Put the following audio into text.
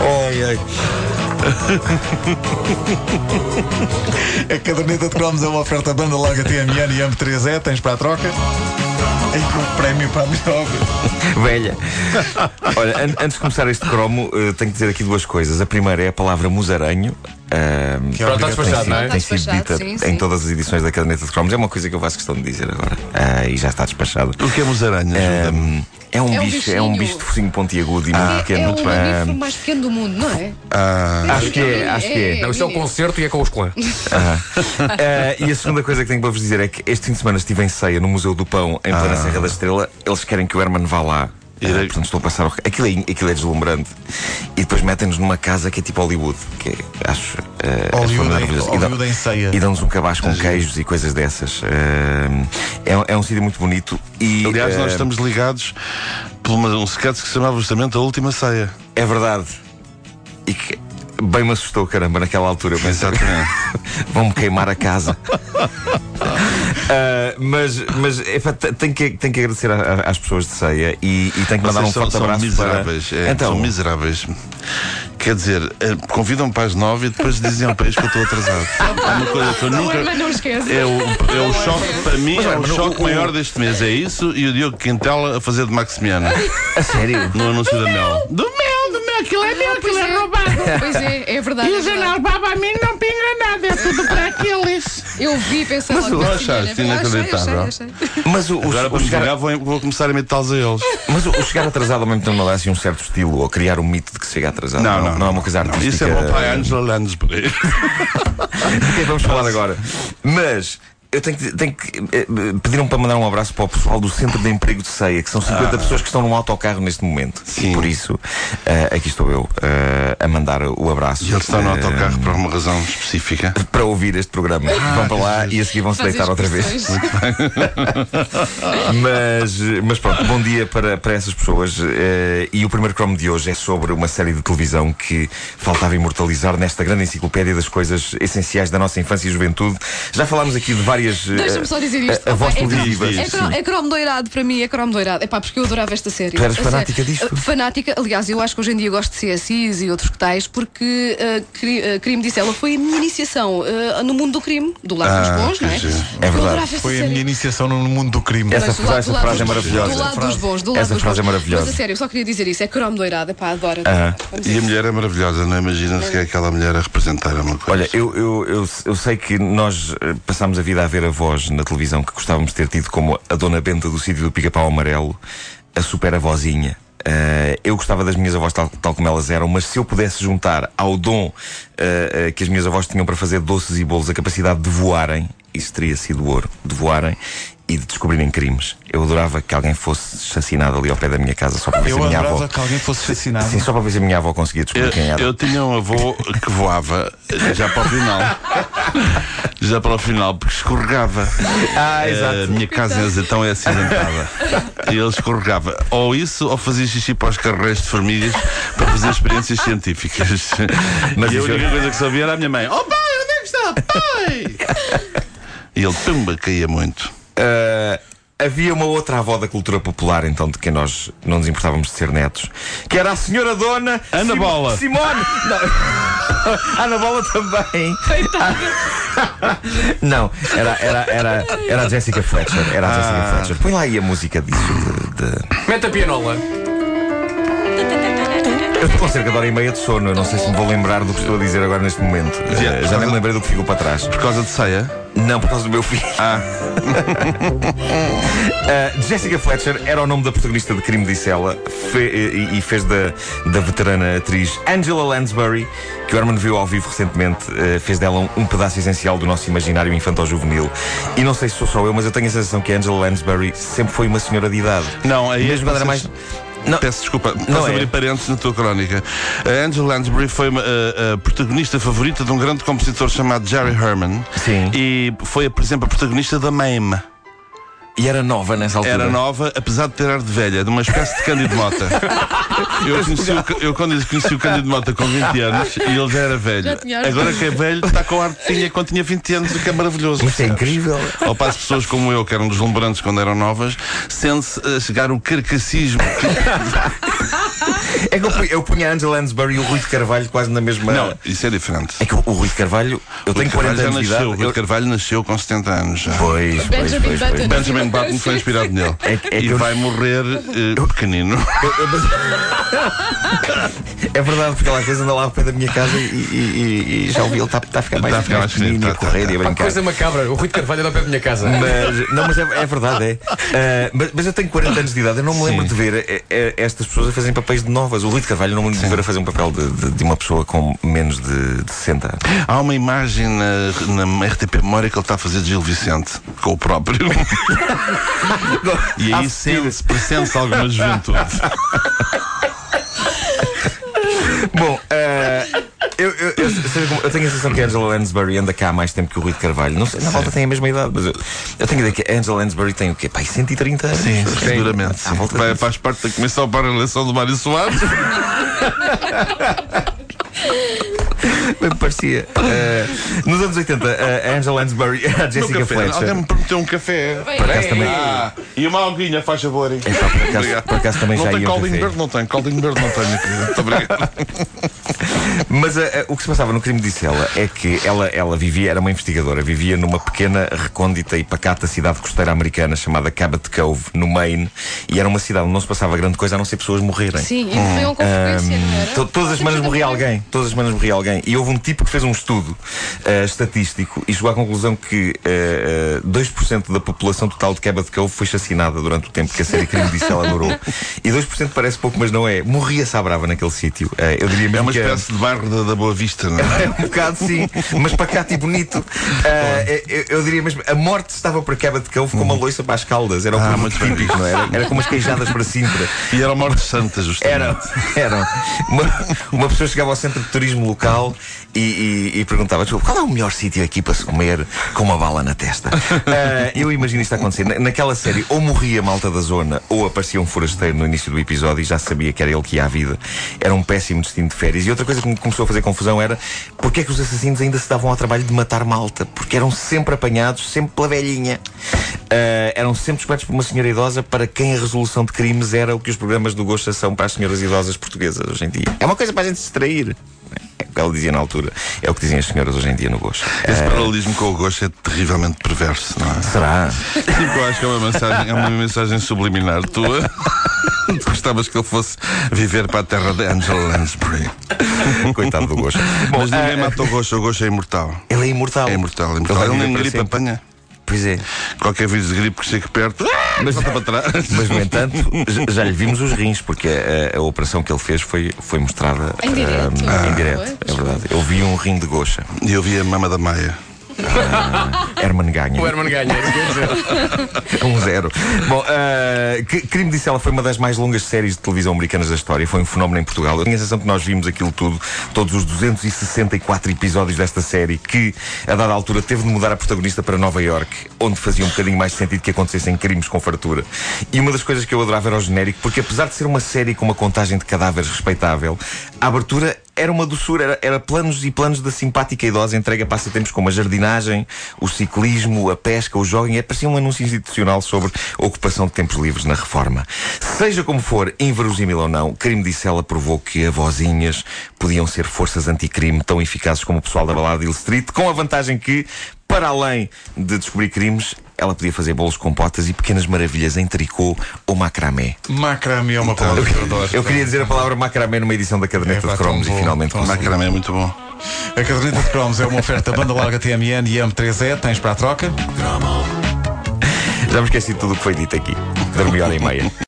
Ai, ai. A caderneta de cromos é uma oferta banda larga TMN e AM3E. Tens para a troca? E com o prémio para a melhor. Velha. Olha, an- antes de começar este cromo, eh, tenho que dizer aqui duas coisas. A primeira é a palavra musaranho. ahm, Que é tem Pronto, está despachado, sido, não é? tem sido Está dita despachado, sim, em sim. todas as edições da caderneta de cromos. É uma coisa que eu faço questão de dizer agora. Ah, e já está despachado. O que é musaranha? Ahm, é um, É um bicho, é um bichinho. bicho de focinho pontiagudo e Ah, muito é, é pequeno. o Ahm, mamífero mais pequeno do mundo, não é? acho que é, acho que é. Não, isto é um Mínimo. concerto e é com os clãs. Ah, e a segunda coisa que tenho para vos dizer é que este fim de semana estive em ceia no Museu do Pão, em Ah. plena Serra da Estrela. Eles querem que o Herman vá lá. Ah, Irei. portanto, estou a passar o... aquilo, é, aquilo é deslumbrante. E depois metem-nos numa casa que é tipo Hollywood, que é, acho. ah, Hollywood é absolutamente em- maravilhoso. E dão- Hollywood em ceia. E dão-nos um cabaz com queijos e coisas dessas. Ah, é, é um sítio muito bonito. E, Aliás, ah, nós estamos ligados por uma- um secreto que se chamava justamente A Última Ceia. É verdade. E que bem me assustou, caramba, naquela altura. Eu pensei, vão-me queimar a casa. Ah, mas, mas é, pá, te- tenho, que, tenho que agradecer a- a- às pessoas de ceia e, e tenho que mandar Vocês um são, forte são abraço. miseráveis. para... é, então, São miseráveis. Quer dizer, eh, convidam-me para as nove e depois dizem ao país que eu estou atrasado. É uma coisa que eu Não, nunca. é, mas não esquece. É o, é o choque, para mim, é o mas o- choque o- maior deste mês. É isso e o Diogo Quintela a fazer de Maximiano a sério? no anúncio da mel. Do mel, do mel, aquilo é Ah, pois é. Pois é, é verdade. é verdade. baba a mim não pinga nada, é tudo para aqueles. Eu vi e pensei Mas logo, o- "Sim, achaste olha, achei, inacreditável. achei, achei. Mas o, o- Agora, o para me chegar, vingar, vou, vou começar a imitá-los a eles. mas o- o chegar atrasado ao mesmo tempo não dá assim um certo estilo ou criar um mito de que se chega atrasado. não é uma coisa não. artística. Isso é bom para a Angela Lansbury. de quem é vamos falar agora. Mas eu tenho que, tenho que eh, eh, pediram para mandar um abraço para o pessoal do Centro de Emprego de Ceia, que são 50 pessoas que estão num autocarro neste momento. Ah. Sim. E por isso, eh, aqui estou eu eh, a mandar o abraço. E eles estão no eh, autocarro Ah, por alguma razão específica. para ouvir este programa. vão para lá e a seguir vão se Fazer deitar outra vez. expressões. Mas, mas pronto, bom dia para, para essas pessoas. eh, e o primeiro cromo de hoje é sobre uma série de televisão que faltava imortalizar nesta grande enciclopédia das coisas essenciais da nossa infância e juventude. Já falámos aqui de várias. eh, Deixa-me só dizer isto. a- Avós Opa, é cro- televisivas. é, cro- é cromo doirado para mim, é cromo doirado. É pá, porque eu adorava esta série. Tu eras A sério. fanática disto? Uh, Fanática, aliás, eu acho que hoje em dia gosto de CSIs e outros que tais, porque uh, cri- uh, crime disse ela foi a minha iniciação uh, no mundo do crime, do Lar Ah, dos Bons, que não é? giro. É Eu verdade. adorava esta Foi a série. minha iniciação no mundo do crime. Essa Mas do frase- lado- essa do lado frase é dos- maravilhosa. Do lado dos bons, do lado Essa dos frase é bons. maravilhosa. Mas a sério, eu só queria dizer isso. É cromo doirada, pá, adoro. adoro. Ah, Vamos E a dizer. mulher é maravilhosa, não imagina se que é aquela mulher a representar uma coisa. Olha, eu, eu, eu, eu sei que nós eh, passámos a vida a ver a voz na televisão que gostávamos de ter tido como a Dona Benta do sítio do Pica-Pau Amarelo, a super avózinha. Eh, eu gostava das minhas avós tal, tal como elas eram, mas se eu pudesse juntar ao dom eh, eh, que as minhas avós tinham para fazer doces e bolos a capacidade de voarem, isso teria sido ouro, de voarem e de descobrirem crimes. Eu adorava que alguém fosse assassinado ali ao pé da minha casa só para ver se Eu a minha adorava avó. que alguém fosse assassinado. Sim, só para ver se a minha avó conseguia descobrir Eu, quem era. eu tinha um avô que voava já para o final. Já para o final, porque escorregava. Ah, A minha casa em Azetão é acidentada. E ele escorregava. Ou isso, ou fazia xixi para os carreiros de formigas para fazer experiências científicas. Mas Mas é- e a isso- única coisa que sabia era a minha mãe: Oh pai, onde é que está? Pai! E ele, pumba, caía muito. Uh, havia uma outra avó da cultura popular, então, de quem nós não nos importávamos de ser netos, que era a senhora dona Ana Simo- Bola. Simone. Não. Ana Bola também. não, era, era, era, era a Jessica Fletcher. Era a Jessica Ah. Fletcher. Põe lá aí a música disso. De, de- Mete a pianola. Eu estou com cerca de hora e meia de sono. Eu não sei se me vou lembrar do que estou a dizer agora neste momento. Uh, já nem me lembrei do que ficou para trás. Por causa de ceia? Não, por causa do meu filho. Ah, Jessica Fletcher era o nome da protagonista de Crime Disse Ela fe- e, e fez da, da veterana atriz Angela Lansbury, que o Herman viu ao vivo recentemente, eh, fez dela um, um pedaço essencial do nosso imaginário infantil-juvenil. E não sei se sou só eu, mas eu tenho a sensação que a Angela Lansbury sempre foi uma senhora de idade. Não, aí Mesmo quando era mais. Não, Peço desculpa, Não posso é. abrir parênteses na tua crónica. A Angela Lansbury foi uma, a, a protagonista favorita de um grande compositor chamado Jerry Herman. Sim. E foi, por exemplo, a protagonista da Mame. E era nova nessa altura. Era nova, apesar de ter ar de velha, de uma espécie de Cândido Mota. Eu, conheci o, eu quando conheci o Cândido Mota com 20 anos e ele já era velho. Já tinha ar de Agora que é velho, está com ar de tinha quando tinha 20 anos, o que é maravilhoso. Isto é percebes? incrível. Ao passo que pessoas como eu, que eram deslumbrantes quando eram novas, sente-se a chegar o carcacismo. É que eu, pu- eu punha a Angela Lansbury e o Rui de Carvalho quase na mesma. Não, isso é diferente. É que o, o Rui de Carvalho, eu tenho O Carvalho 40 já anos de idade. nasceu. O eu- Carvalho nasceu com 70 anos já. Pois, pois, Benjamin pois, pois. Button. Benjamin Button foi inspirado nele. É que- é que e eu- vai morrer eh, pequenino. É verdade, porque ela às vezes anda lá ao pé da minha casa e, e- e- e já ouvi ele está a ficar mais, Tá a ficar mais pequenino e a pequenino, tá, tá, correr e a Uma brincar. coisa macabra, o Rui de Carvalho era ao pé da minha casa. Mas, não, mas é, é verdade, é. Ah, mas, mas eu tenho 40 anos de idade, eu não me lembro de ver eh, eh, estas pessoas a fazerem papéis de novas. O Rui de Carvalho não me lembro de ver a fazer um papel de, de- de uma pessoa com menos de, de 60 anos. Há uma imagem na, na RTP Memória que ele está a fazer de Gil Vicente, com o próprio. e aí sente-se, pressente-se alguma juventude. Bom, ah, eu, eu- eu- sabe como- eu tenho a sensação que a Angela Lansbury anda cá há mais tempo que o Rui de Carvalho. Não sei, na volta tem a mesma idade, mas eu, eu tenho a ideia que a Angela Lansbury tem o quê? Pai, 130 anos? Sim, seguramente. À volta Vai- disso. faz parte da comissão para a eleição do Mário Soares. Bem, parecia. Ah, nos anos 80, a Angela Lansbury, eh, a Meu Jessica café. Alguém Fletcher. me prometeu um café. Por acaso também- Ah, e uma alguinha, faz favor. hein? Epá, por acaso- Obrigado. por acaso também não já tem ia um Calvin café. Bird, não tem. Calvin Bird não tem. minha querida. Muito obrigado. Mas ah, ah, o que se passava no crime disse ela é que ela, ela vivia, era uma investigadora, vivia numa pequena, recôndita e pacata cidade costeira americana chamada Cabot Cove, no Maine, e era uma cidade onde não se passava grande coisa a não ser pessoas morrerem. Sim, e Hum, morriam com frequência, não era? To- todas as semanas morria alguém. Todas as semanas morria alguém. E houve um tipo que fez um estudo eh, estatístico e chegou à conclusão que eh, eh, 2% da população total de Cabot Cove foi assassinada durante o tempo que a série crime disse ela durou. E 2% parece pouco, mas não é. Morria-se à brava naquele sítio. Eh, eu diria mesmo É uma que era- espécie de bairro da, da Boa Vista, não é? é um bocado sim, mas pacato e bonito. Ah, eu, eu diria mesmo, a morte estava para Cabot Cove com uma loiça para as caldas. Era um Ah, produto muito bem. típico, não era? Era com umas queijadas para Sintra. E era o Morte Santa, justamente. Eram, eram. Uma, uma pessoa chegava ao centro de turismo local e, e- e perguntava: "Desculpa, qual é o melhor sítio aqui para se comer com uma bala na testa? Ah, eu imagino isto a acontecer. Na- naquela série, ou morria a malta da zona, ou aparecia um forasteiro no início do episódio e já se sabia que era ele que ia à vida. Era um péssimo destino de férias. E outra coisa que me começou a fazer confusão era porque é que os assassinos ainda se davam ao trabalho de matar malta? Porque eram sempre apanhados, sempre pela velhinha. Ah, eram sempre descobertos por uma senhora idosa para quem a resolução de crimes era o que os programas do Gosta são para as senhoras idosas portuguesas hoje em dia. É uma coisa para a gente se distrair. É o que ela dizia na altura. É o que dizem as senhoras hoje em dia no Gosta. Esse paralelismo com o gosto é terrivelmente perverso, não é? Será? Tipo, eu acho que é uma mensagem, é uma mensagem subliminar tua. Tu gostavas que ele fosse viver para a terra de Angela Lansbury. Coitado do Gosta. Bom, Mas ninguém ah, mata o gosto, o gosto é imortal. ele é imortal. um É imortal, é vai imortal. Ele viver nem para gripe sempre. apanha. Pois é. Qualquer vírus de gripe que chegue perto, mas volta para trás. Ah, Mas, no entanto, já- já lhe vimos os rins, porque a, a- a operação que ele fez foi, foi mostrada Em direto. ah, em Ah. direto. É Pois. verdade. Eu vi um rim de Gosta. E eu vi a mama da Maia. Herman ganha. O Herman ganha, isso quer dizer. Um zero. Bom, ah, C- Crime disse ela foi uma das mais longas séries de televisão americanas da história. Foi um fenómeno em Portugal. Eu tenho a sensação que nós vimos aquilo tudo, todos os 264 episódios desta série, que a dada altura teve de mudar a protagonista para Nova York, onde fazia um bocadinho mais sentido que acontecessem crimes com fartura. E uma das coisas que eu adorava era o genérico, porque apesar de ser uma série com uma contagem de cadáveres respeitável, a abertura era uma doçura, era, era planos e planos da simpática idosa entregue a passatempos como a jardinagem, o ciclismo, a pesca, o jogging. É, parecia um anúncio institucional sobre a ocupação de tempos livres na reforma. Seja como for, inverosímil ou não, Crime disse ela provou que avózinhas podiam ser forças anticrime tão eficazes como o pessoal da balada Hill Street, com a vantagem que, para além de descobrir crimes, ela podia fazer bolos com potas e pequenas maravilhas em tricô ou macramé. Macrame é uma palavra que eu adoro. Então, Eu queria dizer a palavra macramé numa edição da caderneta É, pá, de cromos tão e bom, finalmente tão consegui. Macramé é muito bom. A caderneta de cromos é uma oferta banda larga TMN e M3E. Tens para a troca? Já me esqueci de tudo o que foi dito aqui. Dormi hora e meia.